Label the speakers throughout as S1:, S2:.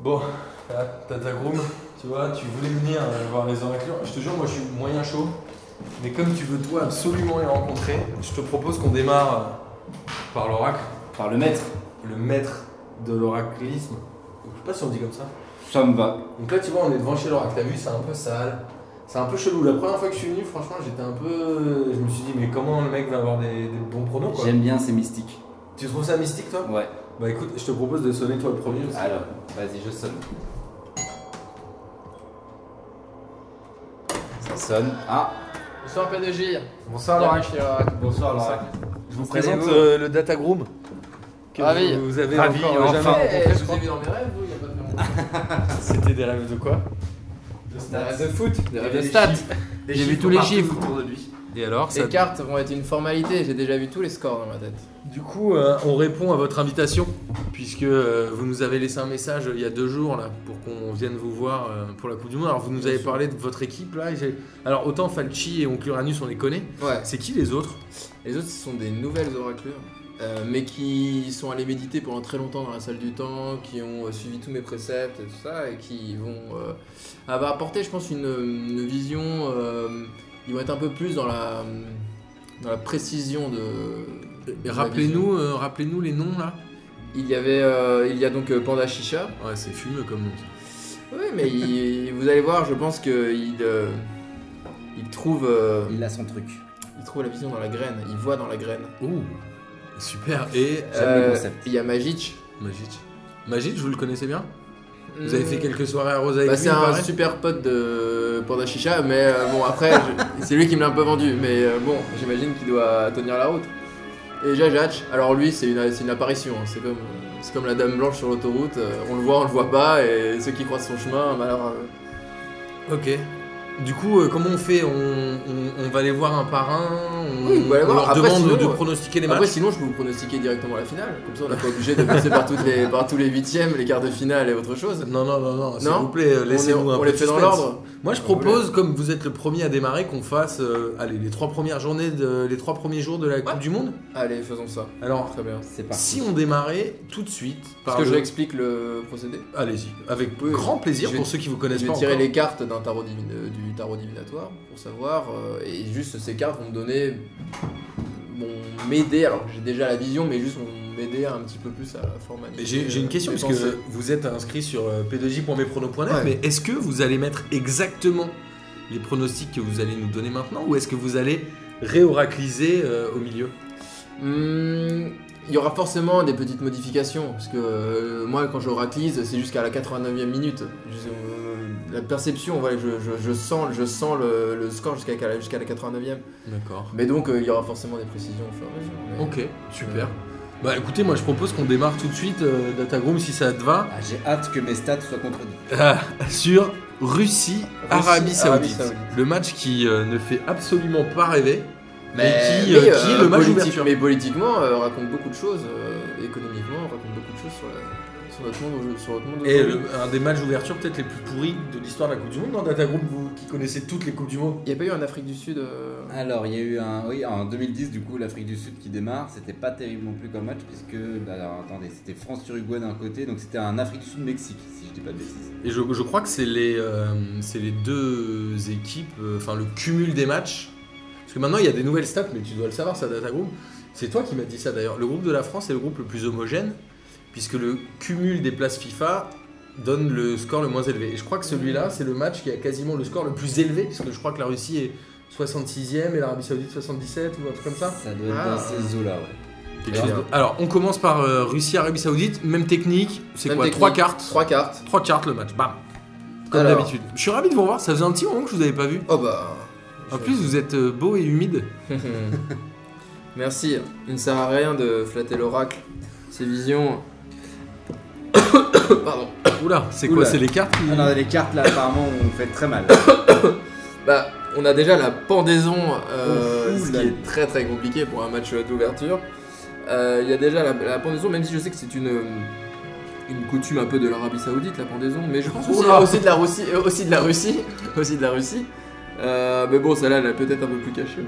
S1: Bon, là, t'as ta groom, tu vois, tu voulais venir euh, voir les oracles. Je te jure, moi je suis moyen chaud, mais comme tu veux toi absolument les rencontrer, je te propose qu'on démarre euh, par l'oracle,
S2: Par le maître,
S1: le maître de l'oraclisme. Je sais pas si on dit comme ça.
S2: ça me va.
S1: Donc là, tu vois, on est devant chez l'oracle, t'as vu, c'est un peu sale. C'est un peu chelou. La première fois que je suis venu, franchement, j'étais un peu. Je me suis dit, mais comment le mec va avoir des, des bons pronoms quoi
S2: J'aime bien, c'est mystique.
S1: Tu trouves ça mystique toi
S2: Ouais.
S1: Bah écoute, je te propose de sonner toi le premier. parce que-
S2: Alors, vas-y, je sonne. Ça sonne. Ah,
S3: Bonsoir PDG.
S1: Bonsoir
S3: Bienvenue
S1: Laura.
S3: chez l'oracle.
S2: bonsoir Laura.
S1: Je vous
S2: Installez-vous.
S1: présente euh, le Data Groom. Que
S3: Ravi.
S1: vous, vous avez
S2: Ravi,
S1: encore
S2: enfin.
S1: jamais rencontré, je
S3: vous
S1: crois.
S3: avez dans mes rêves, vous, y a pas de
S1: C'était des rêves de quoi
S3: Des rêves de foot, des rêves de
S2: des
S3: stats.
S2: chiffres.
S3: J'ai vu tous les chiffres.
S2: autour de lui.
S1: Et alors ça-
S3: Les cartes vont être une formalité, j'ai déjà vu tous les scores dans ma tête.
S1: Du coup, euh, on répond à votre invitation, puisque euh, vous nous avez laissé un message euh, il y a deux jours là, pour qu'on vienne vous voir euh, pour la Coupe du Monde. Alors, vous nous avez parlé de votre équipe là. et j'ai- Alors, autant Falchi et Oncle Uranus, on les connaît.
S3: Ouais.
S1: C'est qui les autres
S3: Les autres, ce sont des nouvelles oraclures, euh, mais qui sont allés méditer pendant très longtemps dans la salle du temps, qui ont euh, suivi tous mes préceptes et tout ça, et qui vont euh, avoir apporté, je pense, une, une vision. euh, ils vont être un peu plus dans la, dans la précision de. de la vision.
S1: Rappelez-nous euh, rappelez-nous les noms là.
S3: Il y avait, euh, il y a donc euh, Panda Chicha.
S1: Ouais, c'est fumeux comme nom. ça.
S3: Oui, mais il- vous allez voir, je pense que il, euh, il trouve, euh,
S2: Il a son truc.
S3: il trouve la vision dans la graine. Il voit dans la graine. Euh,
S1: Ouh, Oh, super. Et
S2: J'aime le concept.
S3: Il y a Magic.
S1: Magic. Magic, vous le connaissez bien Vous avez fait quelques soirées à Rose avec
S3: Bah,
S1: lui,
S3: c'est
S1: il
S3: un
S1: paraît
S3: super pote de Panda Chicha, mais euh, bon, après, je- c'est lui qui me l'a un peu vendu, mais euh, bon, j'imagine qu'il doit tenir la route. Et Jajach, alors lui, c'est une, c'est une apparition, hein, c'est comme, c'est comme la dame blanche sur l'autoroute, euh, on le voit, on le voit pas, et ceux qui croisent son chemin, bah alors. euh,
S1: Ok. Du coup, euh, comment on fait on, on- on va les voir un par un On,
S3: Oui, on va les
S1: on
S3: voir.
S1: leur
S3: Après,
S1: demande
S3: sinon,
S1: de
S3: euh,
S1: pronostiquer les
S3: Après,
S1: matchs
S3: sinon, je peux vous pronostiquer directement la finale, comme ça, on n'est pas obligé de passer par, toutes les, par tous les huitièmes, les quarts de finale et autre chose.
S1: Non, non, non, non, s'il
S3: Non
S1: vous plaît, euh,
S3: On, est-
S1: laissez-nous Euh, un
S3: on
S1: peu
S3: les
S1: de
S3: fait dans
S1: suspense.
S3: l'ordre.
S1: Moi, je propose, comme vous êtes le premier à démarrer, qu'on fasse euh, allez, les trois premières journées, de, les trois premiers jours de la Coupe du Monde.
S3: Allez, faisons ça.
S1: Alors,
S3: Très bien.
S2: C'est parti.
S1: si on démarrait tout de suite
S3: Est-ce
S1: par
S3: que je
S1: le-
S3: explique le procédé
S1: Allez-y, avec
S3: Oui.
S1: grand plaisir
S3: Je vais-
S1: pour ceux qui vous connaissent
S3: Je vais
S1: pas
S3: tirer
S1: encore.
S3: les cartes d'un tarot divin- euh, du tarot divinatoire pour savoir. euh, et juste ces cartes vont me donner. vont m'aider. Alors que j'ai déjà la vision, mais juste vont m'aider un petit peu plus à formaliser.
S1: Mais J'ai j'ai une question,
S3: euh, mes
S1: parce que
S3: pensées.
S1: vous êtes inscrit sur euh, p2j.mespronos.net,
S3: Ouais.
S1: mais est-ce que vous allez mettre exactement les pronostics que vous allez nous donner maintenant, ou est-ce que vous allez réoracliser euh, au milieu
S3: Hmm, Il y aura forcément des petites modifications, parce que euh, moi, quand je oraclise, c'est jusqu'à la 89e minute. Je- euh, la perception, voilà, je, je- je sens, je sens le, le score jusqu'à jusqu'à la 89e.
S1: D'accord.
S3: Mais donc, euh, il y aura forcément des précisions au fur et à mesure. mais-
S1: Ok, super.
S3: Euh.
S1: Bah écoutez, moi je propose qu'on démarre tout de suite, euh, Datagroom, si ça te va, euh,
S2: Ah, J'ai hâte que mes stats soient contredites.
S1: sur Russie, Arabie,
S3: Arabie
S1: Saoudite.
S3: Saoudite.
S1: Le match qui euh, ne fait absolument pas rêver, mais,
S3: Mais,
S1: qui, euh,
S3: mais,
S1: qui est
S3: euh,
S1: le match
S3: politique-
S1: d'ouverture.
S3: mais politiquement, euh, raconte beaucoup de choses. euh, économiquement, raconte beaucoup de choses sur, la- sur notre monde. au- Sur notre monde
S1: Et
S3: aujourd'hui.
S1: le- un des matchs d'ouverture peut-être les plus pourris de l'histoire de la Coupe du Monde, non Datagroom, vous qui connaissez toutes les Coupes du Monde
S3: Il n'y a pas eu en Afrique du Sud. euh,
S2: Alors, il y a eu un. Oui, en 2010, du coup, l'Afrique du Sud qui démarre. C'était pas terrible non plus comme match, puisque. bah, alors, attendez, c'était France-Uruguay d'un côté, donc c'était un Afrique du Sud-Mexique, si je dis pas de bêtises.
S1: Et je, je crois que c'est les, euh, c'est les deux équipes, euh, enfin le cumul des matchs. Parce que maintenant il y a des nouvelles stats, mais tu dois le savoir, ça data group. C'est toi qui m'as dit ça d'ailleurs. Le groupe de la France est le groupe le plus homogène, puisque le cumul des places FIFA donne le score le moins élevé. Et je crois que celui-là, c'est le match qui a quasiment le score le plus élevé, puisque je crois que la Russie est 66e et l'Arabie Saoudite 77 ou un truc comme ça.
S2: Ça doit être
S3: Ah.
S2: dans ces eaux-là, ouais.
S1: Alors, Alors on commence par euh, Russie-Arabie Saoudite, même technique, c'est
S3: même
S1: quoi
S3: technique.
S1: Trois cartes
S3: Trois cartes.
S1: Trois cartes le match, bam Comme
S3: Alors.
S1: d'habitude. Je suis ravi de vous revoir, ça faisait un petit moment que je vous avais pas vu.
S3: Oh bah.
S1: En plus, vous êtes euh, beau et humide.
S3: Merci. Il ne sert à rien de flatter l'oracle. Ses visions. Pardon.
S1: Oula, c'est quoi
S2: Oula.
S1: C'est les cartes qui-
S2: Ah non, les cartes là, apparemment, on fait très mal.
S3: Bah, on a déjà la pendaison, euh,
S2: Oh,
S3: ce
S2: là.
S3: qui est très très compliqué pour un match euh, d'ouverture. Euh, Il y a déjà la, la pendaison, même si je sais que c'est une, euh, une coutume un peu de l'Arabie Saoudite, la pendaison, mais je pense aussi,
S1: Oula.
S3: aussi de la Russie, euh, aussi de la Russie, aussi de la Russie. Euh, mais bon, celle-là, elle est peut-être un peu plus cachée.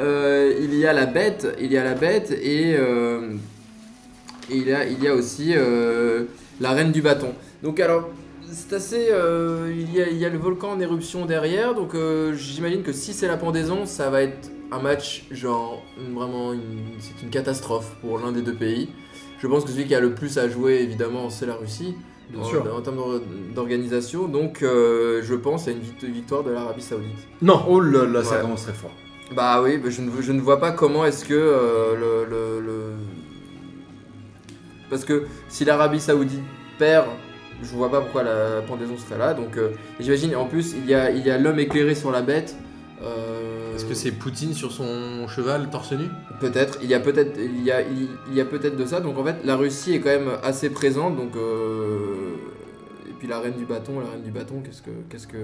S3: Euh, il y a la bête, il y a la bête et euh, et il, y a, il y a aussi euh, la reine du bâton. Donc alors, c'est assez... euh, il, y a, il y a le volcan en éruption derrière, donc euh, j'imagine que si c'est la pendaison, ça va être un match, genre, une- vraiment, une- c'est une catastrophe pour l'un des deux pays. Je pense que celui qui a le plus à jouer, évidemment, c'est la Russie.
S1: Bien
S3: en,
S1: sûr.
S3: en termes d'or- d'organisation, donc euh, je pense à une vit- victoire de l'Arabie Saoudite.
S1: Non.
S2: Oh là là, ça
S3: Ouais.
S2: commence très fort.
S3: Bah oui, mais je ne, je ne vois pas comment est-ce que euh, le, le- le- Parce que si l'Arabie Saoudite perd, je vois pas pourquoi la pendaison serait là. Donc euh, j'imagine, en plus, il y a, il y a l'homme éclairé sur la bête. euh,
S1: Est-ce que c'est Poutine sur son cheval torse nu
S3: Peut-être, il y a peut-être il y a, il, il y a peut-être de ça. Donc en fait, la Russie est quand même assez présente. Donc euh, et puis la reine du bâton, la reine du bâton, qu'est-ce que qu'est-ce que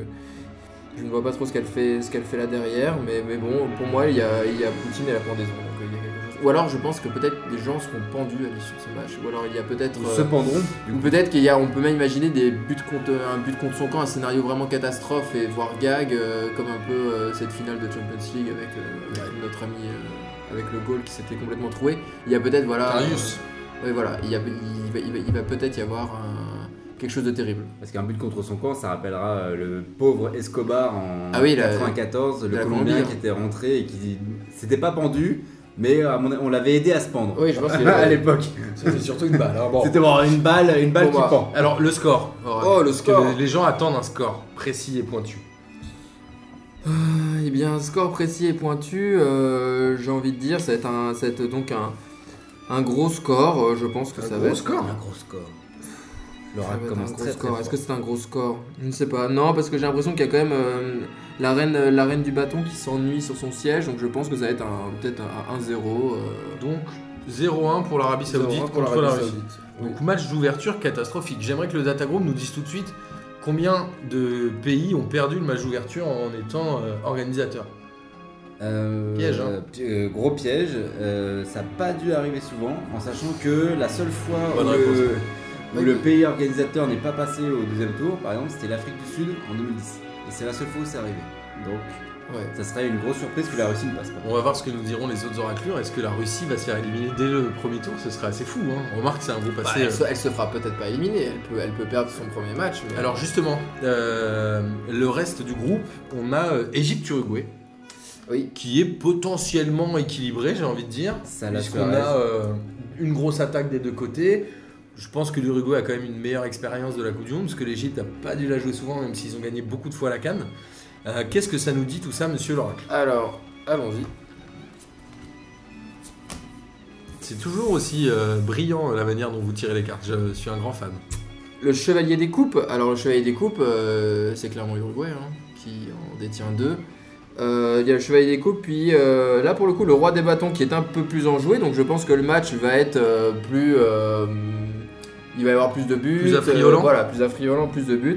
S3: je ne vois pas trop ce qu'elle fait ce qu'elle fait là derrière, mais, mais bon, pour moi, il y a, il y a Poutine et la pendaison. Donc, euh, il y a quelque chose. Ou alors, je pense que peut-être des gens seront pendus à l'issue de ce match. Ou alors, il y a peut-être
S2: Ils
S3: euh,
S2: se pendront.
S3: ou peut-être qu'il y a, on peut même imaginer des buts contre un but contre son camp, un scénario vraiment catastrophe et voire gag, euh, comme un peu euh, cette finale de Champions League avec, euh, avec notre ami, euh, avec le goal qui s'était complètement troué. Il y a peut-être voilà,
S1: Karius.
S3: euh, ouais, voilà, il, y a- il va, il va- il va peut-être y avoir un- quelque chose de terrible.
S2: Parce qu'un but contre son camp, ça rappellera euh, le pauvre Escobar en
S3: Ah oui, la-
S2: 94,
S3: la
S2: le Colombien
S3: Colombie, hein.
S2: qui était rentré et qui s'était pas pendu, mais euh, à mon- on l'avait aidé à se pendre.
S3: Oui, je pense que euh,
S2: à l'époque.
S1: C'était surtout une balle. alors bon.
S2: C'était bon, une balle, une balle
S3: Pour
S2: qui
S3: moi.
S2: pend.
S1: Alors le score.
S3: hein, Oh, le
S1: Parce que
S3: score.
S1: les- les gens attendent un score précis et pointu.
S3: Eh bien, score précis et pointu, euh, j'ai envie de dire, ça va être, un, ça va être donc un, un gros score. euh, je pense que
S1: Un
S3: ça
S1: gros
S3: va être.
S1: score.
S2: Un gros score.
S3: Ça va
S2: L'oracle
S3: être un
S2: commence
S3: gros
S2: très, très
S3: score.
S2: fort.
S3: Est-ce que c'est un gros score Je ne sais pas. Non, parce que j'ai l'impression qu'il y a quand même euh, la, reine, la reine du bâton qui s'ennuie sur son siège, donc je pense que ça va être un- peut-être un, un 1-0. euh,
S1: Donc 0-1 pour l'Arabie Saoudite
S3: 0-1 pour
S1: contre la
S3: l'Arabie
S1: Russie.
S3: Saoudite. Oui.
S1: Donc match d'ouverture catastrophique. J'aimerais que le Datagroup nous dise tout de suite combien de pays ont perdu le match d'ouverture en étant euh, organisateur.
S2: Euh,
S1: Piège, hein.
S2: euh, pi- euh, gros piège. euh, ça n'a pas dû arriver souvent, en sachant que la seule fois
S1: Bonne
S2: où, le,
S1: réponse.
S2: où le pays organisateur n'est pas passé au deuxième tour, par exemple, c'était l'Afrique du Sud en 2010. Et c'est la seule fois où c'est arrivé. Donc,
S3: Ouais.
S1: Bah,
S2: ça serait une grosse surprise que la Russie ne passe pas.
S1: On va voir ce que nous diront les autres oraclures. Est-ce que la Russie va se faire éliminer dès le premier tour Ce serait assez fou. Hein. Remarque, c'est un groupe
S3: Bah,
S1: assez.
S3: elle, se, elle se fera peut-être pas éliminer, elle peut, elle peut perdre son premier match. mais-
S1: Alors justement, euh, le reste du groupe, on a euh, Égypte-Uruguay,
S3: Oui.
S1: qui est potentiellement équilibré, j'ai envie de dire.
S2: Salah
S1: Puisqu'on
S2: Suarez.
S1: a euh, une grosse attaque des deux côtés. Je pense que l'Uruguay a quand même une meilleure expérience de la Coupe du Monde, parce que l'Égypte n'a pas dû la jouer souvent, même s'ils ont gagné beaucoup de fois la Cannes. Euh, Qu'est-ce que ça nous dit tout ça, monsieur l'Oracle
S3: Alors, allons-y.
S1: C'est toujours aussi euh, brillant la manière dont vous tirez les cartes. Je suis un grand fan.
S3: Le Chevalier des Coupes, alors le Chevalier des Coupes, euh, c'est clairement l'Uruguay hein, qui en détient deux. Euh, Il y a le Chevalier des Coupes, puis euh, là pour le coup le Roi des Bâtons qui est un peu plus enjoué, donc je pense que le match va être euh, plus. euh, il va y avoir plus de buts.
S1: Plus affriolant.
S3: euh, voilà, plus affriolant, plus de buts.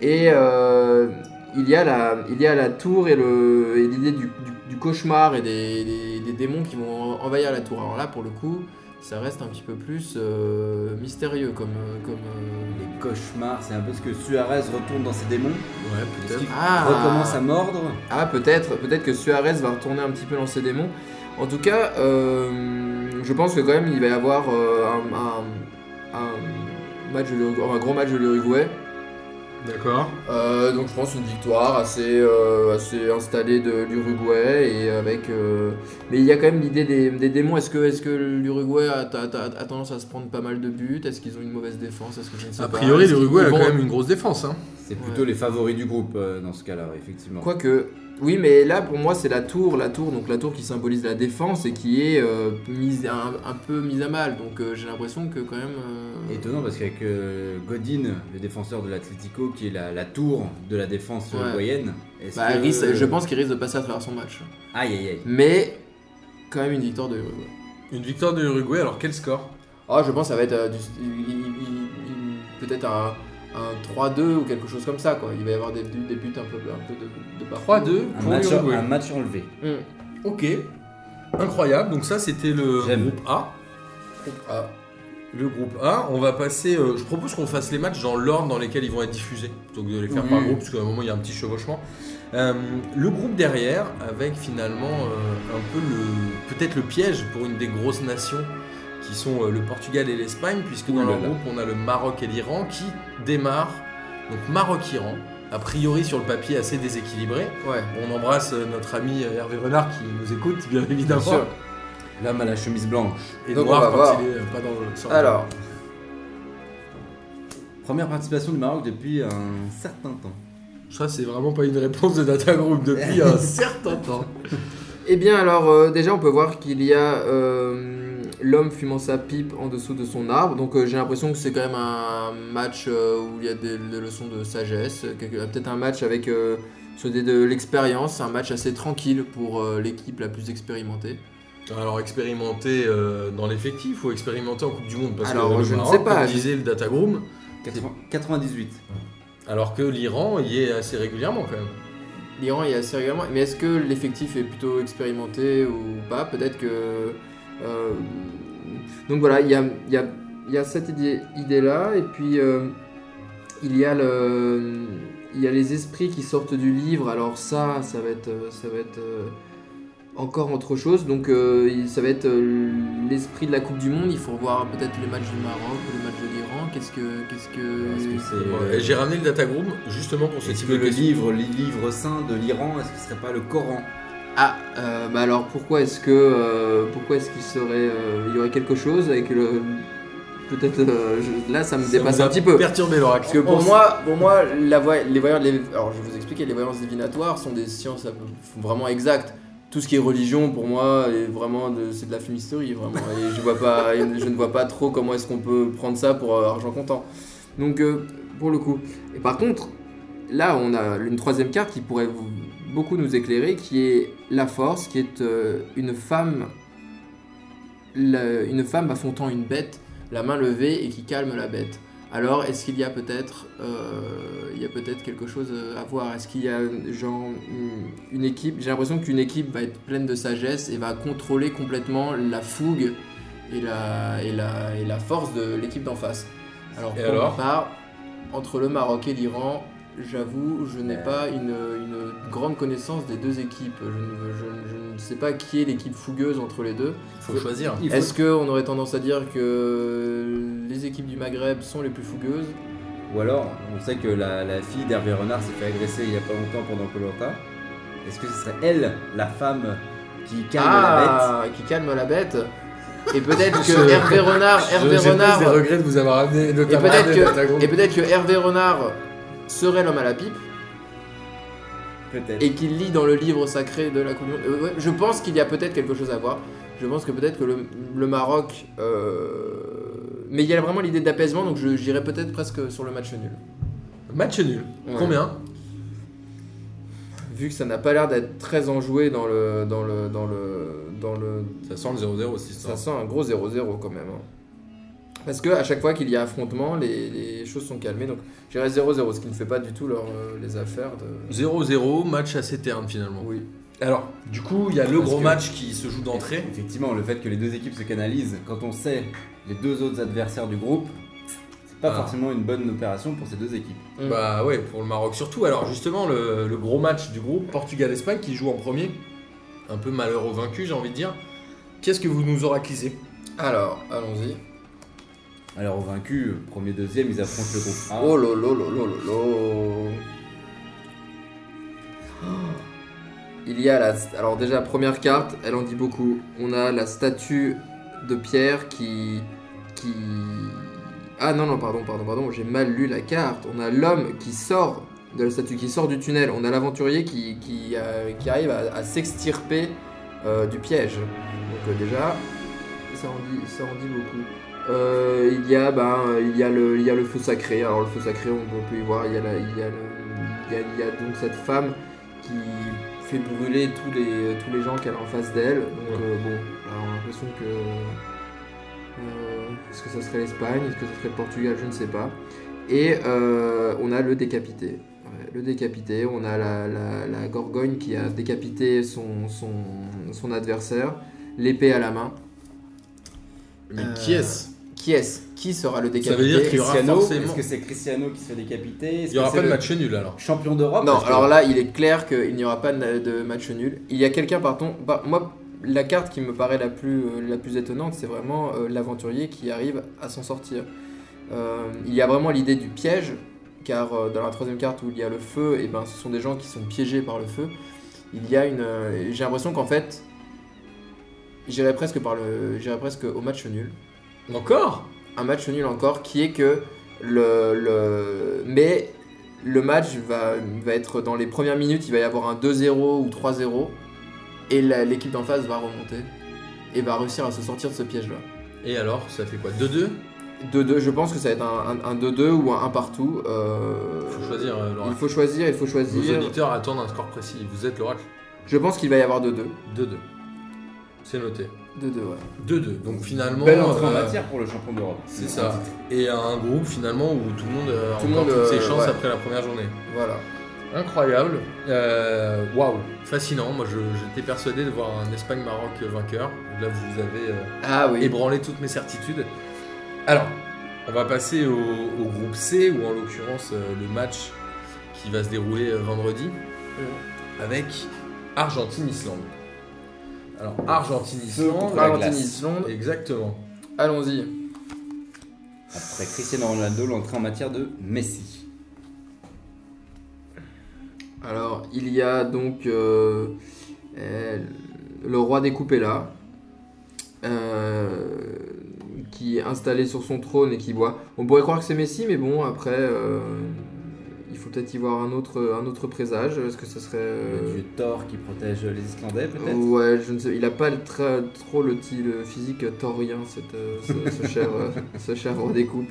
S3: Et euh, il, y a la, il y a la tour et le- et l'idée du, du- du cauchemar et des, des- des démons qui vont envahir la tour. Alors là pour le coup. Ça reste un petit peu plus euh, mystérieux comme, euh, comme euh,
S2: Les cauchemars, c'est un peu ce que Suarez retourne dans ses démons.
S1: Ouais, peut-être.
S3: Ah.
S2: Recommence à mordre.
S3: Ah, peut-être, peut-être que Suarez va retourner un petit peu dans ses démons. En tout cas, euh, je pense que quand même il va y avoir euh, un, un- un match de l'Uruguay- un gros match de l'Uruguay.
S1: D'accord.
S3: Euh, donc je pense une victoire assez, euh, assez installée de l'Uruguay et avec. euh, Mais il y a quand même l'idée des, des démons. Est-ce que, est que l'Uruguay a, a- a- a tendance à se prendre pas mal de buts Est-ce qu'ils ont une mauvaise défense Est-ce que je ne sais
S1: A
S3: pas.
S1: priori,
S3: Est-ce qu'ils
S1: l'Uruguay a
S3: vont-
S1: quand même une grosse défense. Hein.
S2: C'est plutôt les favoris du groupe euh, dans ce cas-là, effectivement.
S3: Quoique, oui, mais là pour moi c'est la tour, la tour, donc la tour qui symbolise la défense et qui est euh, mise un, un peu mise à mal. Donc euh, j'ai l'impression que quand même. euh,
S2: Étonnant parce qu'avec euh, Godin, le défenseur de l'Atlético, qui est la, la tour de la défense
S3: Ouais.
S2: uruguayenne, est-ce
S3: bah,
S2: que- euh,
S3: il risque- je pense qu'il risque de passer à travers son match.
S2: Aïe aïe aïe.
S3: Mais quand même une victoire de l'Uruguay.
S1: Une victoire de l'Uruguay, alors quel score
S3: Ah, je pense que ça va être euh, du- il- il- il- il- peut-être un, un 3-2 ou quelque chose comme ça. Quoi. Il va y avoir des, buts- des buts un peu, un peu de, de partout.
S1: 3-2
S2: Un
S1: pour
S2: match,
S1: l'Uruguay.
S2: un match enlevé.
S3: Hum.
S1: Ok. Incroyable. Donc ça, c'était le
S2: J'aime.
S1: groupe A.
S3: Ah,
S1: Le groupe A, on va passer. euh, je propose qu'on fasse les matchs dans l'ordre dans lesquels ils vont être diffusés, plutôt que de les faire
S3: Oui.
S1: par groupe, parce qu'à un moment il y a un petit chevauchement. Euh, le groupe derrière, avec finalement euh, un peu le, peut-être le piège pour une des grosses nations qui sont euh, le Portugal et l'Espagne, puisque
S2: Ouh
S1: dans
S2: là
S1: leur
S2: là.
S1: groupe, on a le Maroc et l'Iran qui démarrent. Donc Maroc-Iran, a priori sur le papier assez déséquilibré.
S3: Ouais.
S1: On embrasse euh, notre ami euh, Hervé Renard qui nous écoute, bien évidemment.
S3: sûr.
S2: L'homme à la chemise blanche.
S1: Et
S3: Donc, on
S1: noir
S3: va
S1: quand
S3: voir.
S1: il est euh, pas dans le. sur le-
S3: Alors,
S2: Première participation du Maroc depuis un certain temps.
S1: Ça, c'est vraiment pas une réponse de Data Group depuis un certain temps.
S3: eh bien alors euh, déjà on peut voir qu'il y a euh, l'homme fumant sa pipe en dessous de son arbre. Donc euh, j'ai l'impression que c'est quand même un match euh, où il y a des, des leçons de sagesse. Quelque- Peut-être un match avec euh, sur des- de l'expérience, un match assez tranquille pour euh, l'équipe la plus expérimentée.
S1: Alors expérimenter euh, dans l'effectif ou expérimenter en Coupe du Monde parce
S3: Alors,
S1: que le
S3: je ne
S1: Maroc,
S3: sais pas,
S1: comme
S3: je-
S1: disait le Data Groom,
S2: 80 98.
S1: alors que l'Iran y est assez régulièrement quand même.
S3: L'Iran est assez régulièrement. Mais est-ce que l'effectif est plutôt expérimenté ou pas Peut-être que. euh, donc voilà, il y a, il y a- il y a cette idée- idée-là. et puis, euh, il, y a le, il y a les esprits qui sortent du livre. Alors, ça, ça va être, euh, ça va être euh, encore autre chose. Donc, euh, il- ça va être euh, l'esprit de la Coupe du Monde. Il faut revoir peut-être les matchs du Maroc ou les matchs de l'Iran. Qu'est-ce que. Qu'est-ce
S2: Est-ce que
S3: que...
S2: c'est
S1: Et euh, J'ai ramené le Data Groom justement pour ce
S2: est-ce
S1: type
S2: que
S1: de
S2: le
S1: questions.
S2: livre, le livre saint de l'Iran, est-ce que ce serait pas le Coran
S3: Ah, euh, bah alors pourquoi est-ce que euh, pourquoi est-ce qu'il serait euh, il y aurait quelque chose avec le peut-être euh, je- là ça me
S1: Ça
S3: dépasse
S1: vous a
S3: un petit peu
S1: Perturbé l'oracle.
S3: parce que pour moi pour moi la voie- les voyances les- alors je vais vous expliquer les voyances divinatoires sont des sciences un peu- vraiment exactes tout ce qui est religion pour moi est vraiment de- c'est de la fumisterie vraiment et je vois pas et je ne vois pas trop comment est-ce qu'on peut prendre ça pour euh, argent comptant donc euh, pour le coup et par contre là on a une troisième carte qui pourrait vous- beaucoup nous éclairer qui est la force qui est euh, une femme la- une femme affrontant une bête la main levée et qui calme la bête alors est-ce qu'il y a peut-être euh, il y a peut-être quelque chose à voir est-ce qu'il y a genre une, une équipe j'ai l'impression qu'une équipe va être pleine de sagesse et va contrôler complètement la fougue et la, et la, et la force de l'équipe d'en face alors
S1: Et
S3: pour
S1: alors
S3: ma part, entre le Maroc et l'Iran J'avoue, je n'ai
S2: Ouais.
S3: pas une, une grande connaissance des deux équipes. Je ne, je- je ne sais pas qui est l'équipe fougueuse entre les deux.
S1: faut choisir.
S2: Il faut-
S3: Est-ce qu'on aurait tendance à dire que les équipes du Maghreb sont les plus fougueuses
S2: Ou alors, on sait que la, la fille d'Hervé Renard s'est fait agresser il y a pas longtemps pendant Colanta. Est-ce que ce serait elle, la femme qui calme la bête
S3: Ah, qui calme la bête. Et peut-être que Hervé Renard, Ah, Hervé
S1: Je- j'ai
S3: Renard,
S1: plus des regrets de vous avoir amené de
S3: Et
S1: t'avoir
S3: peut-être
S1: amené
S3: que-
S1: Data Groom.
S3: et peut-être que Hervé Renard serait l'homme à la pipe
S2: Peut-être.
S3: et qu'il lit dans le livre sacré de la Coupe du Monde. Euh, ouais, je pense qu'il y a peut-être quelque chose à voir. Je pense que peut-être que le, le Maroc. euh, Mais il y a vraiment l'idée d'apaisement, donc je- j'irais peut-être presque sur le match nul.
S1: Match nul.
S3: Ouais.
S1: Combien
S3: Vu que ça n'a pas l'air d'être très enjoué dans le. dans le. dans le. dans le.
S1: Ça sent le 0-0 aussi.
S3: ça sent un gros 0-0 quand même. hein. Parce que à chaque fois qu'il y a affrontement, les, les choses sont calmées, donc j'irais 0-0, ce qui ne fait pas du tout leur, euh, les affaires de.
S1: 0-0, match assez terne finalement.
S3: Oui.
S1: Alors, du coup, il y a le
S2: Parce
S1: gros
S2: que-
S1: match qui se joue d'entrée.
S2: Effectivement, le fait que les deux équipes se canalisent, quand on sait les deux autres adversaires du groupe, c'est pas
S1: Ah.
S2: forcément une bonne opération pour ces deux équipes.
S3: Mm.
S1: Bah ouais, pour le Maroc surtout. Alors justement, le, le gros match du groupe Portugal-Espagne qui joue en premier, un peu malheur au vaincu, j'ai envie de dire. Qu'est-ce que vous nous oraclisez
S3: Alors, allons-y.
S2: Alors, vaincu, euh, premier, deuxième, ils affrontent le groupe A.
S3: Oh là là là là là là. Oh. Il y a la. Alors, déjà, première carte, elle en dit beaucoup. On a la statue de pierre qui. qui. Ah non, non, pardon, pardon, pardon, j'ai mal lu la carte. On a l'homme qui sort de la statue, qui sort du tunnel. On a l'aventurier qui, qui, euh, qui arrive à, à s'extirper euh, du piège. Donc, euh, déjà, ça en dit, ça en dit beaucoup. Euh, il y a ben il y a le il y a le feu sacré. Alors le feu sacré, on, peut- on peut y voir il y a la- il y a le- il y a- il y a donc cette femme qui fait brûler tous les euh, tous les gens qu'elle a en face d'elle. Donc
S1: Ouais.
S3: euh, bon, alors, on a l'impression que euh, est-ce que ça serait l'Espagne, est-ce que ça serait le Portugal, je ne sais pas. Et euh, on a le décapité. Ouais, Le décapité, on a la, la- la Gorgogne qui a décapité son, son, son adversaire, l'épée à la main.
S1: Mais
S3: Euh,
S1: qui est-ce
S3: Qui est-ce Qui sera le
S1: Ça
S3: décapité
S1: veut dire qu'il y aura
S2: Cristiano,
S1: forcément-
S2: est-ce que c'est Cristiano qui se fait décapiter Est-ce
S1: Il n'y aura
S2: que
S1: pas
S2: c'est
S1: de
S2: le
S1: match nul alors.
S2: Champion d'Europe
S3: Non,
S2: Parce que-
S3: alors là, il est clair qu'il n'y aura pas de de match nul. Il y a quelqu'un, pardon, bah, moi, la carte qui me paraît la plus, euh, la plus étonnante, c'est vraiment euh, l'aventurier qui arrive à s'en sortir. Euh, il y a vraiment l'idée du piège, car euh, dans la troisième carte où il y a le feu, et ben, ce sont des gens qui sont piégés par le feu. Il y a une. euh, J'ai l'impression qu'en fait, j'irais presque, par le... j'irais presque au match nul
S1: Encore
S3: un match nul encore qui est que le, le- mais le match va, va être dans les premières minutes il va y avoir un 2-0 ou 3-0 et la- l'équipe d'en face va remonter et va réussir à se sortir de ce piège là
S1: Et alors, ça fait quoi 2-2
S3: 2-2 je pense que ça va être un un- un 2-2 ou un 1 partout euh,
S1: Faut choisir, euh,
S3: il
S1: l'oracle.
S3: faut choisir il faut
S1: Nos
S3: choisir
S1: auditeurs attendent un score précis. Vous êtes l'oracle
S3: je pense qu'il va y avoir 2-2
S1: 2-2. C'est noté.
S3: 2-2 ouais
S1: 2-2. Donc finalement.
S2: Belle entrée en
S1: euh,
S2: matière pour le champion d'Europe.
S1: C'est ça. Et un groupe finalement où tout le monde a
S3: Tout
S1: tout
S3: le monde,
S1: toutes ses
S3: euh,
S1: chances
S3: ouais.
S1: après la première journée.
S3: voilà
S1: Incroyable. Euh, Waouh. Fascinant. Moi je- j'étais persuadé de voir un Espagne-Maroc vainqueur. Là vous avez euh,
S3: ah oui
S1: ébranlé toutes mes certitudes. Alors, on va passer au, au groupe C où en l'occurrence euh, le match qui va se dérouler euh, vendredi avec Argentine-Islande. Alors Argentine-Islande.
S2: la
S3: Argentine
S2: glace.
S3: Islande
S1: Exactement.
S3: allons-y
S2: Après Cristiano Ronaldo, l'entrée en matière de Messi.
S3: Alors, il y a donc euh, euh, le roi découpé là, euh, qui est installé sur son trône et qui boit. On pourrait croire que c'est Messi, mais bon, après, euh, il faut peut-être y voir un autre, un autre présage. Est-ce que ça serait. euh,
S2: Le dieu Thor qui protège les Islandais, peut-être
S3: Ouais, je ne sais, il a pas le tra- trop le, ti- le physique taurien, cette, euh, ce, ce cher, euh, ce cher roi des coupes.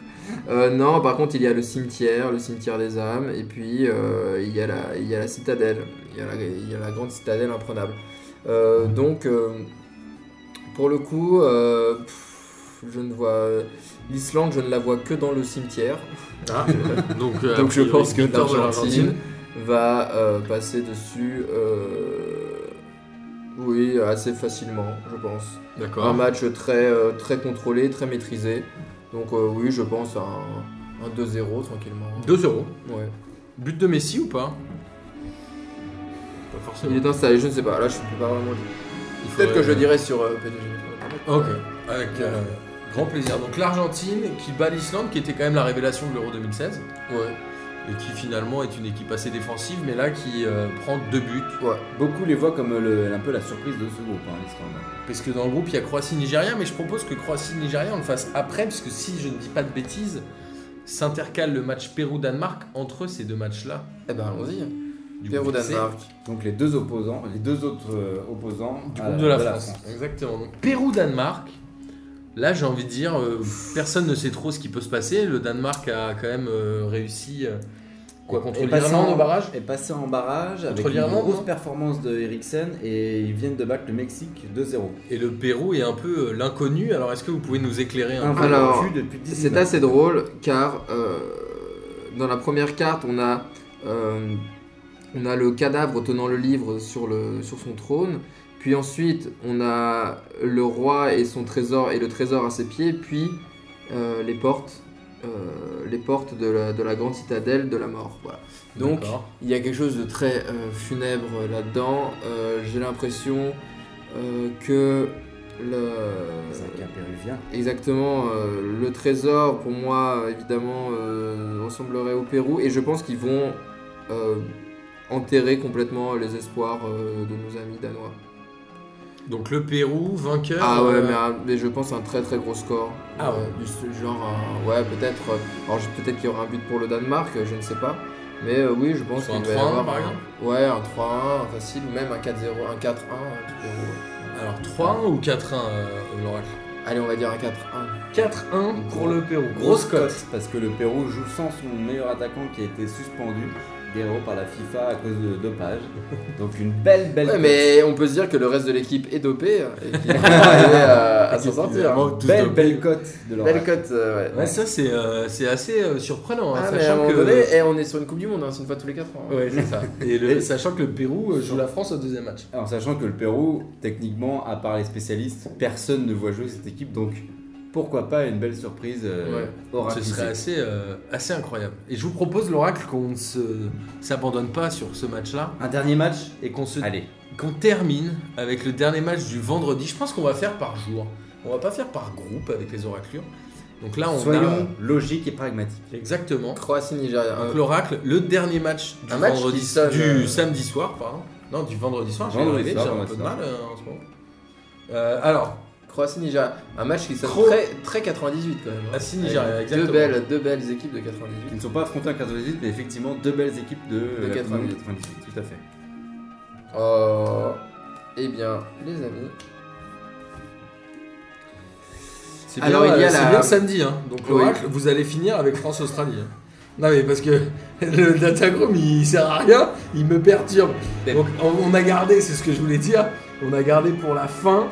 S3: Euh, non, par contre, il y a le cimetière, le cimetière des âmes, et puis euh, il, y a la, il y a la citadelle, il y a la, il y a la grande citadelle imprenable. Euh, donc, euh, pour le coup, euh, pff, je ne vois. L'Islande, je ne la vois que dans le cimetière.
S1: Ah, donc, euh,
S3: Donc je
S1: a priori,
S3: pense que
S1: victoire de
S3: l'Argentine va euh, passer dessus. euh, Oui, assez facilement, je pense. Un
S1: D'accord.
S3: match très, euh, très contrôlé, très maîtrisé. Donc euh, oui, je pense à un, un 2-0 tranquillement.
S1: 2 euros.
S3: Ouais.
S1: But de Messi ou pas Pas forcément.
S3: Il est installé, je ne sais pas. Là, je ne peux pas vraiment dire.
S1: Il faudrait-
S3: Peut-être que je le dirai sur euh,
S1: Ok, avec euh, grand plaisir. Donc l'Argentine qui bat l'Islande, qui était quand même la révélation de l'Euro 2016,
S3: Ouais.
S1: et qui finalement est une équipe assez défensive, mais là qui euh, prend deux buts.
S3: ouais.
S2: Beaucoup les voient comme le- un peu la surprise de ce groupe, hein, l'Islande.
S1: Parce que dans le groupe, il y a Croatie-Nigéria, mais je propose que Croatie-Nigéria, on le fasse après, parce que si je ne dis pas de bêtises, s'intercale le match Pérou-Danemark entre ces deux matchs-là.
S3: Eh ben allons-y.
S1: Du groupe C.
S3: Pérou-Danemark.
S2: Donc les deux opposants, les deux autres euh, opposants
S1: Du
S2: à
S1: groupe de la, France. Exactement. Donc, Pérou-Danemark. Là, j'ai envie de dire, euh, personne ne sait trop ce qui peut se passer. Le Danemark a quand même euh, réussi. euh, quoi, contre
S2: Et passé
S1: l'Irlande
S2: en-
S1: au barrage
S2: Est passé en barrage avec une
S1: l'Irlande,
S2: grosse
S1: non
S2: performance de Eriksen et ils viennent de battre le Mexique 2-0.
S1: Et le Pérou est un peu euh, l'inconnu. Alors, est-ce que vous pouvez nous éclairer un peu
S2: Invaincu
S3: Alors,
S2: depuis 19.
S3: C'est assez drôle car euh, dans la première carte, on a, euh, on a le cadavre tenant le livre sur, le, sur son trône. Puis ensuite, on a le roi et son trésor et le trésor à ses pieds. Puis euh, les portes, euh, les portes de la, de la grande citadelle de la mort. Voilà. Donc,
S1: D'accord.
S3: il y a quelque chose de très euh, funèbre euh, là-dedans. Euh, J'ai l'impression euh, que le
S2: Dans un cas péruvien.
S3: Exactement, euh, le trésor pour moi euh, évidemment euh, ressemblerait au Pérou et je pense qu'ils vont euh, enterrer complètement les espoirs euh, de nos amis danois.
S1: Donc, le Pérou, vainqueur.
S3: Ah ouais,
S1: euh,
S3: mais, un- mais je pense un très très gros score. Euh,
S1: Ah ouais.
S3: du style genre un- ouais peut-être. euh, Alors je- peut-être qu'il y aura un but pour le Danemark, euh, je ne sais pas. Mais euh, oui, je pense
S1: Soit
S3: qu'il
S1: un
S3: va y
S1: 3-1
S3: avoir
S1: par
S3: un-
S1: exemple
S3: Ouais, un 3-1 facile ou même un 4-0, un 4-1 du Pérou.
S1: Alors, 3-1 ou 4-1 euh, l'Oracle
S3: Allez, on va dire un 4-1.
S1: 4-1 pour le Pérou.
S2: Grosse cote parce que le Pérou joue sans son meilleur attaquant qui a été suspendu d'héros par la FIFA à cause de dopage. Donc une belle belle
S3: Ouais,
S2: cote.
S3: mais on peut se dire que le reste de l'équipe est dopée et qu'il va arriver à, à s'en sortir.
S1: Effectivement, tous
S2: belle
S1: dopés.
S2: belle cote de leur
S3: Belle cote, euh, ouais.
S1: Ouais, ça, c'est euh, c'est assez euh, surprenant. hein,
S3: Ah, mais à un
S1: sachant
S3: moment
S1: que.
S3: donné, eh, on est sur une Coupe du Monde, hein, c'est une fois tous les 4 ans. hein.
S1: Ouais, c'est ça. Et le- sachant que le Pérou euh, joue la France au deuxième match.
S2: En sachant que le Pérou, techniquement, à part les spécialistes, personne ne voit jouer cette équipe, donc pourquoi pas une belle surprise euh,
S3: Ouais.
S2: oracle
S1: Ce serait assez, euh, assez incroyable. Et je vous propose, l'Oracle, qu'on ne se- s'abandonne pas sur ce match-là
S2: Un dernier match
S1: et qu'on se
S2: Allez,
S1: qu'on termine avec le dernier match du vendredi. Je pense qu'on va faire par jour. On va pas faire par groupe avec les oraclures. Donc là, on
S2: soyons logiques et pragmatiques.
S1: a exactement.
S3: Croatie-Nigeria.
S1: Donc l'oracle, le dernier match du
S3: Euh, Un match
S1: vendredi,
S3: qui sonne,
S1: du
S3: euh,
S1: samedi soir, pardon. Non, du vendredi soir. je vais y
S2: Vendredi
S1: arriver,
S2: soir,
S1: J'ai un peu
S2: vendredi
S1: de
S2: soir.
S1: mal euh, en ce moment. Euh, alors,
S3: Croatie-Nigeria. Un match qui sonne
S1: Cro-
S3: très, très 98 quand même. hein.
S1: Croatie-Nigeria,
S3: Avec
S1: exactement.
S3: Deux belles, deux belles équipes de
S2: Qui
S3: 98.
S2: ne sont pas affrontés en 98, mais effectivement deux belles équipes de, euh, la
S3: 98.
S2: Coupe du Monde 98, Tout à fait.
S3: Oh. Eh bien, les amis.
S1: c'est bien,
S3: Alors, il y a
S1: euh, c'est
S3: la-
S1: bien samedi. hein. Donc
S3: Oui.
S1: l'oracle, vous allez finir avec France-Australie. hein. Non mais parce que le datagram il sert à rien, il me perturbe.
S3: Mais-
S1: Donc on, on a gardé, c'est ce que je voulais dire, on a gardé pour la fin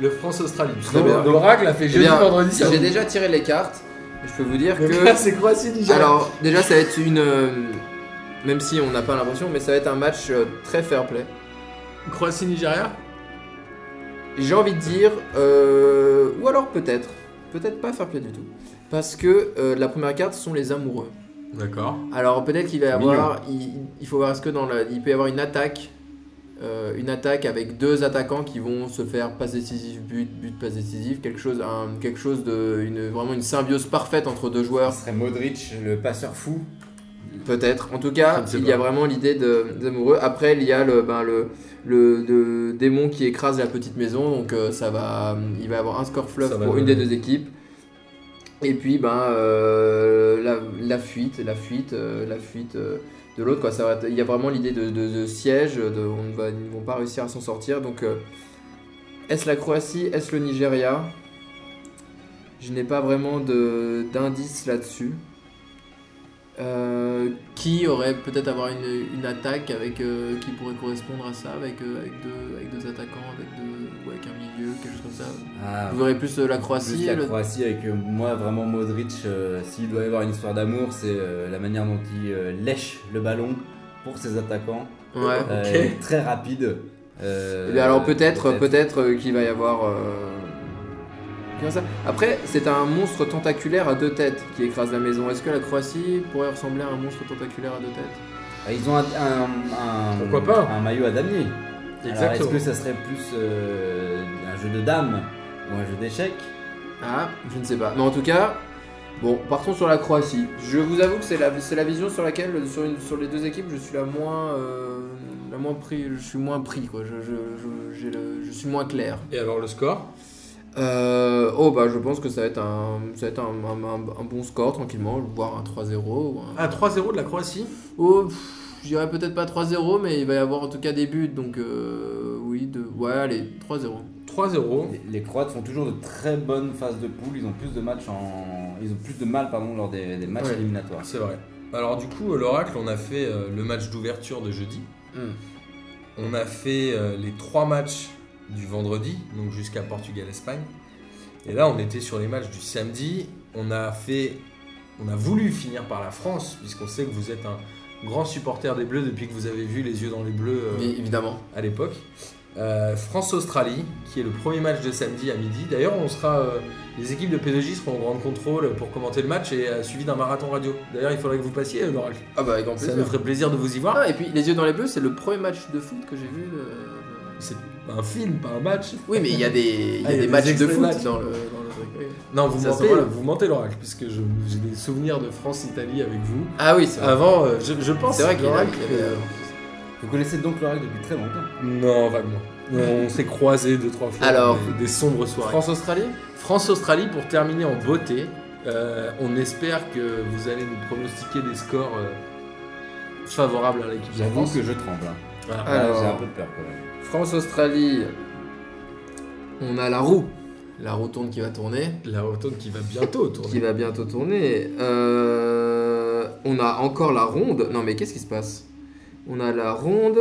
S1: le France-Australie.
S3: Très bien.
S1: Donc, L'oracle a fait
S3: Eh
S1: jeudi,
S3: bien,
S1: vendredi, samedi.
S3: J'ai déjà tiré les cartes. Je peux vous dire
S1: Donc
S3: que.
S1: là, c'est Croatie-Nigeria.
S3: Alors, déjà, ça va être une. euh, Même si on n'a pas l'impression, mais ça va être un match euh, très fair play.
S1: Croatie-Nigeria
S3: J'ai envie de dire, euh, ou alors peut-être, peut-être pas fair play du tout, parce que euh, la première carte sont les amoureux.
S1: D'accord.
S3: Alors peut-être qu'il va y
S2: Mignon.
S3: avoir, il, il faut voir ce que dans la- il peut y avoir une attaque, euh, une attaque avec deux attaquants qui vont se faire passe décisive, but, but, passe décisive, quelque chose, un- quelque chose de, une, vraiment une symbiose parfaite entre deux joueurs.
S2: Ce serait Modric, le passeur fou.
S3: Peut-être. En tout
S1: Je
S3: cas,
S1: ne sais
S3: il y a
S1: pas.
S3: vraiment l'idée de, des amoureux. Après, il y a le, ben, le, le, le démon qui écrase la petite maison. Donc, euh, ça va, il va y avoir un score
S1: Ça
S3: fleuve
S1: va
S3: pour une
S1: donner.
S3: des deux équipes. Et puis, ben, euh, la, la fuite, la fuite, euh, la fuite euh, de l'autre. quoi. Ça va être- Il y a vraiment l'idée de, de- de siège. de- on ne va, ils ne vont pas réussir à s'en sortir. Donc, euh, est-ce la Croatie Est-ce le Nigeria Je n'ai pas vraiment de- d'indice là-dessus. Euh, qui aurait peut-être avoir une, une attaque avec euh, qui pourrait correspondre à ça avec, euh, avec, deux, avec deux attaquants avec deux, ou avec un milieu quelque chose comme ça
S2: Ah,
S3: vous verrez plus euh, la
S2: Plus
S3: Croatie
S2: la
S3: le-
S2: Croatie avec euh, moi vraiment Modric, euh, s'il doit y avoir une histoire d'amour, c'est euh, la manière dont il euh, lèche le ballon pour ses attaquants.
S3: ouais
S2: Euh,
S1: Ok.
S2: il est très rapide. Euh,
S3: Eh bien, alors peut-être
S2: peut-être.
S3: peut-être euh, qu'il va y avoir euh, comment ça après c'est un monstre tentaculaire à deux têtes qui écrase la maison est-ce que la Croatie pourrait ressembler à un monstre tentaculaire à deux têtes
S2: Ah, Ils ont un, un- un-
S1: Pourquoi pas
S2: un maillot à damier. Alors, Est-ce
S1: Exactement.
S2: que ça serait plus euh, un jeu de dames ou un jeu d'échecs
S3: ah je ne sais pas mais en tout cas Bon, partons sur la Croatie. Je vous avoue que c'est la, c'est la vision sur laquelle, sur, une- sur les deux équipes, je suis la moins, euh, la moins pris. Je suis moins pris, quoi. Je, je- je- j'ai le- je suis moins clair.
S1: Et alors le score
S3: Euh, oh bah, je pense que ça va être un, ça va être un, un- un- un bon score tranquillement, voire un 3-0. ou un-
S1: Ah, 3-0 de la Croatie
S3: Oh, pff, je dirais peut-être pas 3-0, mais il va y avoir en tout cas des buts, donc euh, oui, de, ouais, allez, 3-0.
S1: 3-0.
S2: Les- Les Croates font toujours de très bonnes phases de poule. Ils ont plus de matchs en, ils ont plus de mal pardon lors des, des matchs
S3: Ouais.
S2: éliminatoires.
S1: C'est vrai. Alors du coup, l'Oracle, on a fait euh, le match d'ouverture de jeudi.
S3: Hmm.
S1: On a fait euh, les trois matchs du vendredi, donc jusqu'à Portugal-Espagne. Et là, on était sur les matchs du samedi. On a fait, on a voulu finir par la France, puisqu'on sait que vous êtes un grand supporter des Bleus depuis que vous avez vu les yeux dans les Bleus euh,
S3: Mais évidemment.
S1: à l'époque. Euh, France-Australie, qui est le premier match de samedi à midi. D'ailleurs, on sera, euh, les équipes de P2J seront en grande contrôle pour commenter le match et euh, suivi d'un marathon radio. D'ailleurs, il faudrait que vous passiez, euh, l'Oracle.
S3: Ah bah, avec grand
S1: Ça
S3: plaisir.
S1: nous ferait plaisir de vous y voir.
S3: Ah, et puis les yeux dans les bleus, c'est le premier match de foot que j'ai vu. euh,
S1: C'est un film, pas un match.
S3: Oui, mais il y a des, il y
S1: Ah,
S3: a des matchs de
S1: extraits
S3: foot
S1: matchs.
S3: dans le, dans le truc. oui.
S1: Non, vous
S3: Ça,
S1: mentez,
S3: c'est vrai.
S1: vous mentez l'oracle, puisque je- j'ai des souvenirs de France-Italie avec vous.
S3: Ah oui, c'est vrai.
S1: Avant, euh, je, je pense
S3: C'est vrai
S1: que
S3: qu'il y avait-
S1: l'oracle,
S3: il y avait,
S1: euh,
S2: Vous connaissez donc le règle depuis très longtemps.
S1: Non, vaguement. On s'est croisés deux, trois fois.
S3: Alors,
S1: des, des sombres soirées.
S3: France-Australie
S1: France-Australie pour terminer en beauté. Euh, on espère que vous allez nous pronostiquer des scores euh, favorables à l'équipe de
S2: J'avoue
S1: France.
S2: que je tremble. hein.
S1: Voilà.
S3: Ah. Alors-
S2: J'ai un peu de peur quand même.
S3: France-Australie, on a la roue. La roue tourne qui va tourner.
S1: La rotonde qui va bientôt tourner.
S3: Qui va bientôt tourner. Euh, on a encore la ronde. Non, mais qu'est-ce qui se passe On a la ronde,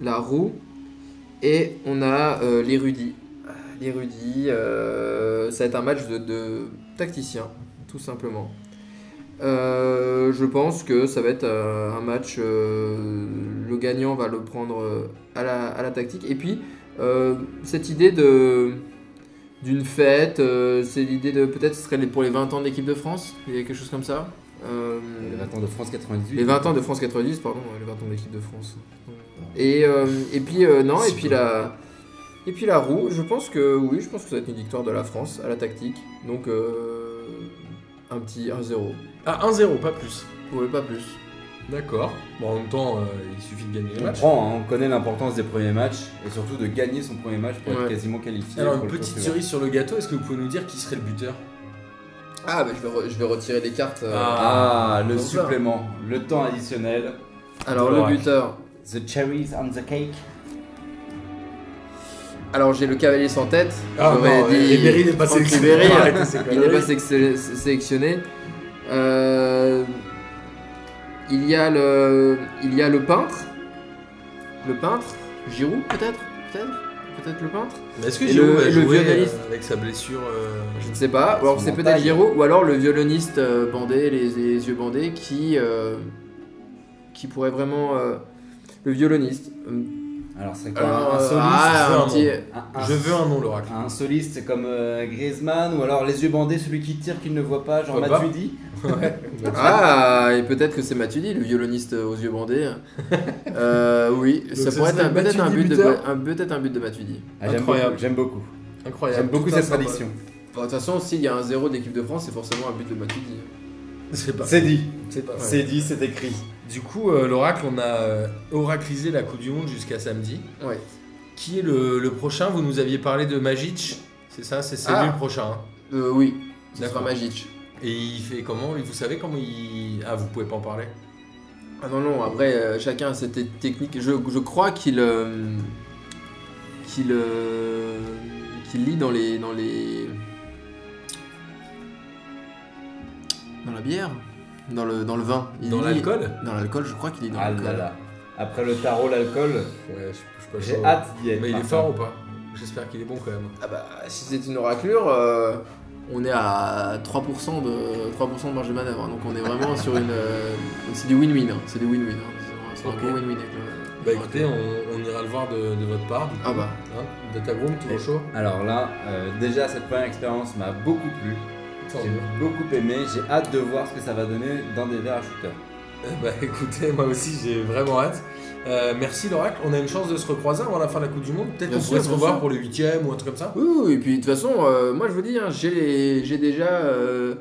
S3: la roue, et on a euh, l'érudit. Ah, L'érudit, euh, ça va être un match de, de tacticien, tout simplement. Euh, je pense que ça va être euh, un match. euh, le gagnant va le prendre euh, à la, à la tactique. Et puis, euh, cette idée de d'une fête. euh, c'est l'idée de peut-être ce serait les- pour les 20 ans de l'équipe de France, il y a quelque chose comme ça. Euh,
S2: Les 20 ans de France 98.
S3: les 20 ans de France 90, pardon, euh, les 20 ans de l'équipe de France. Et, euh, et puis euh, non, et puis la et puis la roue. Je pense que oui, je pense que ça va être une victoire de la France à la tactique. Donc euh, un petit 1-0.
S1: Ah, 1-0, pas plus.
S3: Ouais, pas plus.
S1: D'accord. Bon, en même temps, euh, il suffit de gagner les
S2: On
S1: matchs.
S2: prend, hein, on connaît l'importance des premiers matchs et surtout de gagner son premier match pour
S3: Ouais.
S2: être quasiment qualifié.
S1: Alors,
S2: pour
S1: une
S2: le tour
S1: petite
S2: suivant.
S1: cerise sur le gâteau, est-ce que vous pouvez nous dire qui serait le buteur
S3: Ah, bah, je, vais re- je vais retirer les cartes. euh.
S1: Ah.
S2: Ah, le
S3: Bonsoir.
S2: supplément, le temps additionnel,
S3: Alors
S1: Dolorec.
S3: le buteur.
S2: the cherries on the cake.
S3: Alors j'ai le cavalier sans tête.
S1: Ah,
S3: J'aurais
S1: non,
S3: dit
S1: Ribéry n'est pas
S3: Franck
S1: sélectionné.
S3: Ribéry.
S1: Arrêtez ces
S3: il n'est pas
S1: conneries.
S3: sé- sé- sélectionné. Euh, il y a le, il y a le peintre, le peintre Giroud peut-être, peut-être, peut-être le peintre.
S1: Mais Est-ce que
S3: Et
S1: Giroud
S3: le-
S1: va
S3: et le
S1: jouer,
S3: violoniste.
S1: euh, avec sa blessure euh,
S3: Je ne sais pas. Ou alors
S2: Son
S3: c'est peut-être
S2: mental.
S3: Giroud, ou alors le violoniste euh, bandé, les, les yeux bandés, qui, euh, qui pourrait vraiment euh, le violoniste.
S2: Alors, c'est quoi
S3: Alors,
S2: un,
S3: euh,
S2: soliste
S3: ah,
S1: c'est
S3: un
S1: un
S3: petit-
S2: Un- un-
S1: Je veux un nom, l'oracle.
S2: un soliste, c'est comme euh, Griezmann ou alors les yeux bandés, celui qui tire qu'il ne voit pas, genre
S1: Voit pas.
S2: Matuidi.
S3: Ah, et peut-être que c'est Matuidi, le violoniste aux yeux bandés. Euh, oui, ça
S1: ce
S3: pourrait être
S1: serait
S3: un- peut-être un,
S1: Matuidi
S3: but de-
S1: buteur
S3: un- peut-être un but de Matuidi.
S2: Ah, j'aime
S1: Incroyable. Euh,
S2: beaucoup, J'aime beaucoup.
S1: Incroyable.
S2: J'aime
S1: Tout
S2: beaucoup cette
S1: un symbole.
S2: tradition.
S3: Bon, De toute façon, s'il y a un zéro d'équipe de France, c'est forcément un but de Matuidi.
S1: C'est pas.
S2: C'est dit,
S1: C'est pas.
S2: c'est dit, c'est écrit.
S1: Du coup, euh, l'oracle, on a euh, oraclisé la Coupe du Monde jusqu'à samedi.
S3: Ouais.
S1: Qui est le, le prochain Vous nous aviez parlé de Magic, c'est ça C'est c'est
S3: Ah.
S1: lui le prochain. hein.
S3: Euh, oui, ça sera
S1: D'accord.
S3: Magic.
S1: Et il fait comment Et Vous savez comment il. Ah, vous pouvez pas en parler
S3: Ah non, non, après, euh, chacun a ses te- techniques. Je, je crois qu'il. euh, qu'il. euh, qu'il lit dans les. dans les. dans la bière Dans le, dans le vin. Il
S1: Dans
S3: lit-
S1: l'alcool
S3: Dans l'alcool, je crois qu'il lit dans
S2: Ah là
S3: l'alcool.
S2: là. Après le tarot, l'alcool,
S1: Ouais, je, je suis pas
S2: j'ai
S1: chaud.
S2: hâte d'y être.
S1: Mais il est
S2: Martin.
S1: fort ou pas J'espère qu'il est bon quand même.
S3: Ah bah, si c'est une oraclure, euh, on est à 3% de, 3% de marge de manœuvre. hein. donc on est vraiment sur une. euh, c'est du win-win. hein. c'est du win-win. hein. C'est- C'est un
S1: Ok.
S3: gros win-win avec le-
S1: Bah écoutez, on, on ira le voir de, de votre part. du coup.
S3: Ah bah.
S1: Hein Data Groom, toujours
S2: Et-
S1: chaud
S2: Alors là, euh, déjà cette première expérience m'a beaucoup plu.
S1: Tant
S2: J'ai
S1: mieux.
S2: beaucoup aimé, j'ai hâte de voir ce que ça va donner dans des verres à shooter.
S1: Eh Bah écoutez, moi aussi j'ai vraiment hâte. Euh, merci l'oracle, on a une chance de se recroiser avant la fin de la Coupe du Monde. Peut-être
S3: Bien
S1: qu'on
S3: sûr,
S1: pourrait se
S3: bien
S1: revoir
S3: sûr.
S1: pour les huitièmes ou un truc comme ça.
S3: Oui, oui, et puis de toute façon, euh, moi je vous dis, hein, j'ai les- j'ai déjà. euh,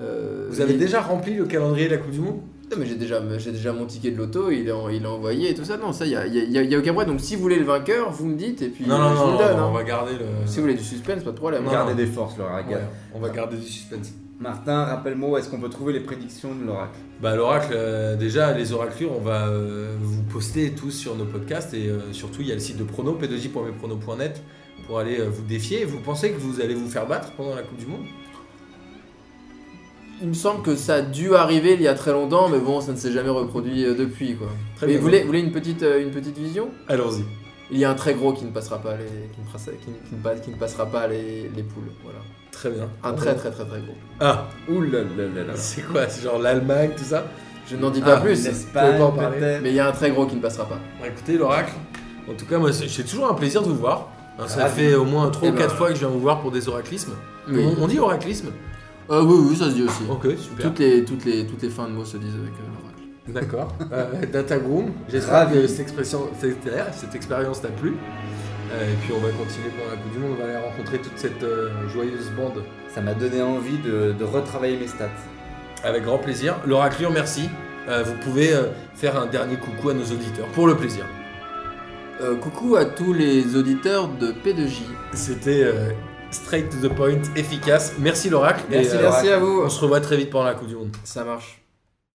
S3: euh,
S1: Vous avez
S3: les-
S1: déjà rempli le calendrier de la Coupe du Monde
S3: Non, mais j'ai déjà, j'ai déjà mon ticket de loto, il est, en- il est envoyé et tout ça. Non, ça, il n'y a, y a- y a- y a aucun problème. Donc si vous voulez le vainqueur, vous me dites et puis
S1: Non, non,
S3: je vous
S1: non,
S3: le donne.
S1: non,
S3: hein.
S1: on va garder le.
S3: Si vous voulez du suspense, pas de problème. hein.
S1: Non,
S2: Gardez des forces, Laura.
S1: Ouais,
S2: gardez.
S1: on va garder du suspense.
S2: Martin, rappelle-moi où est-ce qu'on peut trouver les prédictions de l'oracle
S1: Bah l'oracle, euh, déjà les oraclures, on va euh, vous poster tous sur nos podcasts et euh, surtout il y a le site de prono, p2j.mespronos.net pour aller euh, vous défier. Vous pensez que vous allez vous faire battre pendant la Coupe du Monde
S3: Il me semble que ça a dû arriver il y a très longtemps, mais bon, ça ne s'est jamais reproduit euh, depuis quoi.
S1: Très
S3: mais
S1: bien.
S3: vous voulez, vous voulez une petite, euh, une petite vision
S1: Allons-y.
S3: Il y a un très gros qui ne passera pas les, qui ne passera, qui, ne- qui ne passe- qui ne passera pas les, les poules, voilà.
S1: Très bien.
S3: Un très très très très gros.
S1: Ah,
S2: Ouh là là là là.
S1: c'est quoi C'est genre l'Allemagne, tout ça
S3: Je n'en dis pas
S1: Ah,
S3: plus,
S2: L'Espagne,
S1: pas en parler.
S2: peut-être.
S3: mais il y a un très gros qui ne passera pas.
S1: Bah, écoutez, l'oracle, en tout cas, moi, c'est c'est toujours un plaisir de vous voir. Hein, ça
S2: Ah,
S1: fait au moins 3
S3: Eh
S1: ou 4
S3: ben.
S1: fois que je viens vous voir pour des oraclismes.
S3: Oui.
S1: On, on dit oraclisme
S3: Euh, oui, oui, ça se dit aussi.
S1: Ok, Oh, super.
S3: Toutes les, toutes, les, toutes les fins de mots se disent avec euh, l'oracle.
S1: D'accord. Euh, Datagroom, j'espère
S2: Ravi.
S1: que cette, expression- cette, euh, cette expérience t'a plu. Euh, et puis on va continuer pendant la Coupe du Monde, on va aller rencontrer toute cette euh, joyeuse bande
S2: Ça m'a donné envie de, de retravailler mes stats.
S1: avec grand plaisir. L'oraclure, merci. Euh, vous pouvez euh, faire un dernier coucou à nos auditeurs pour le plaisir.
S3: Euh, coucou à tous les auditeurs de P2J.
S1: C'était euh, straight to the point, efficace. Merci l'oracle.
S2: Merci,
S1: et, euh,
S2: l'oracle.
S3: Merci à vous.
S1: on se revoit très vite pendant la Coupe du Monde.
S3: Ça marche.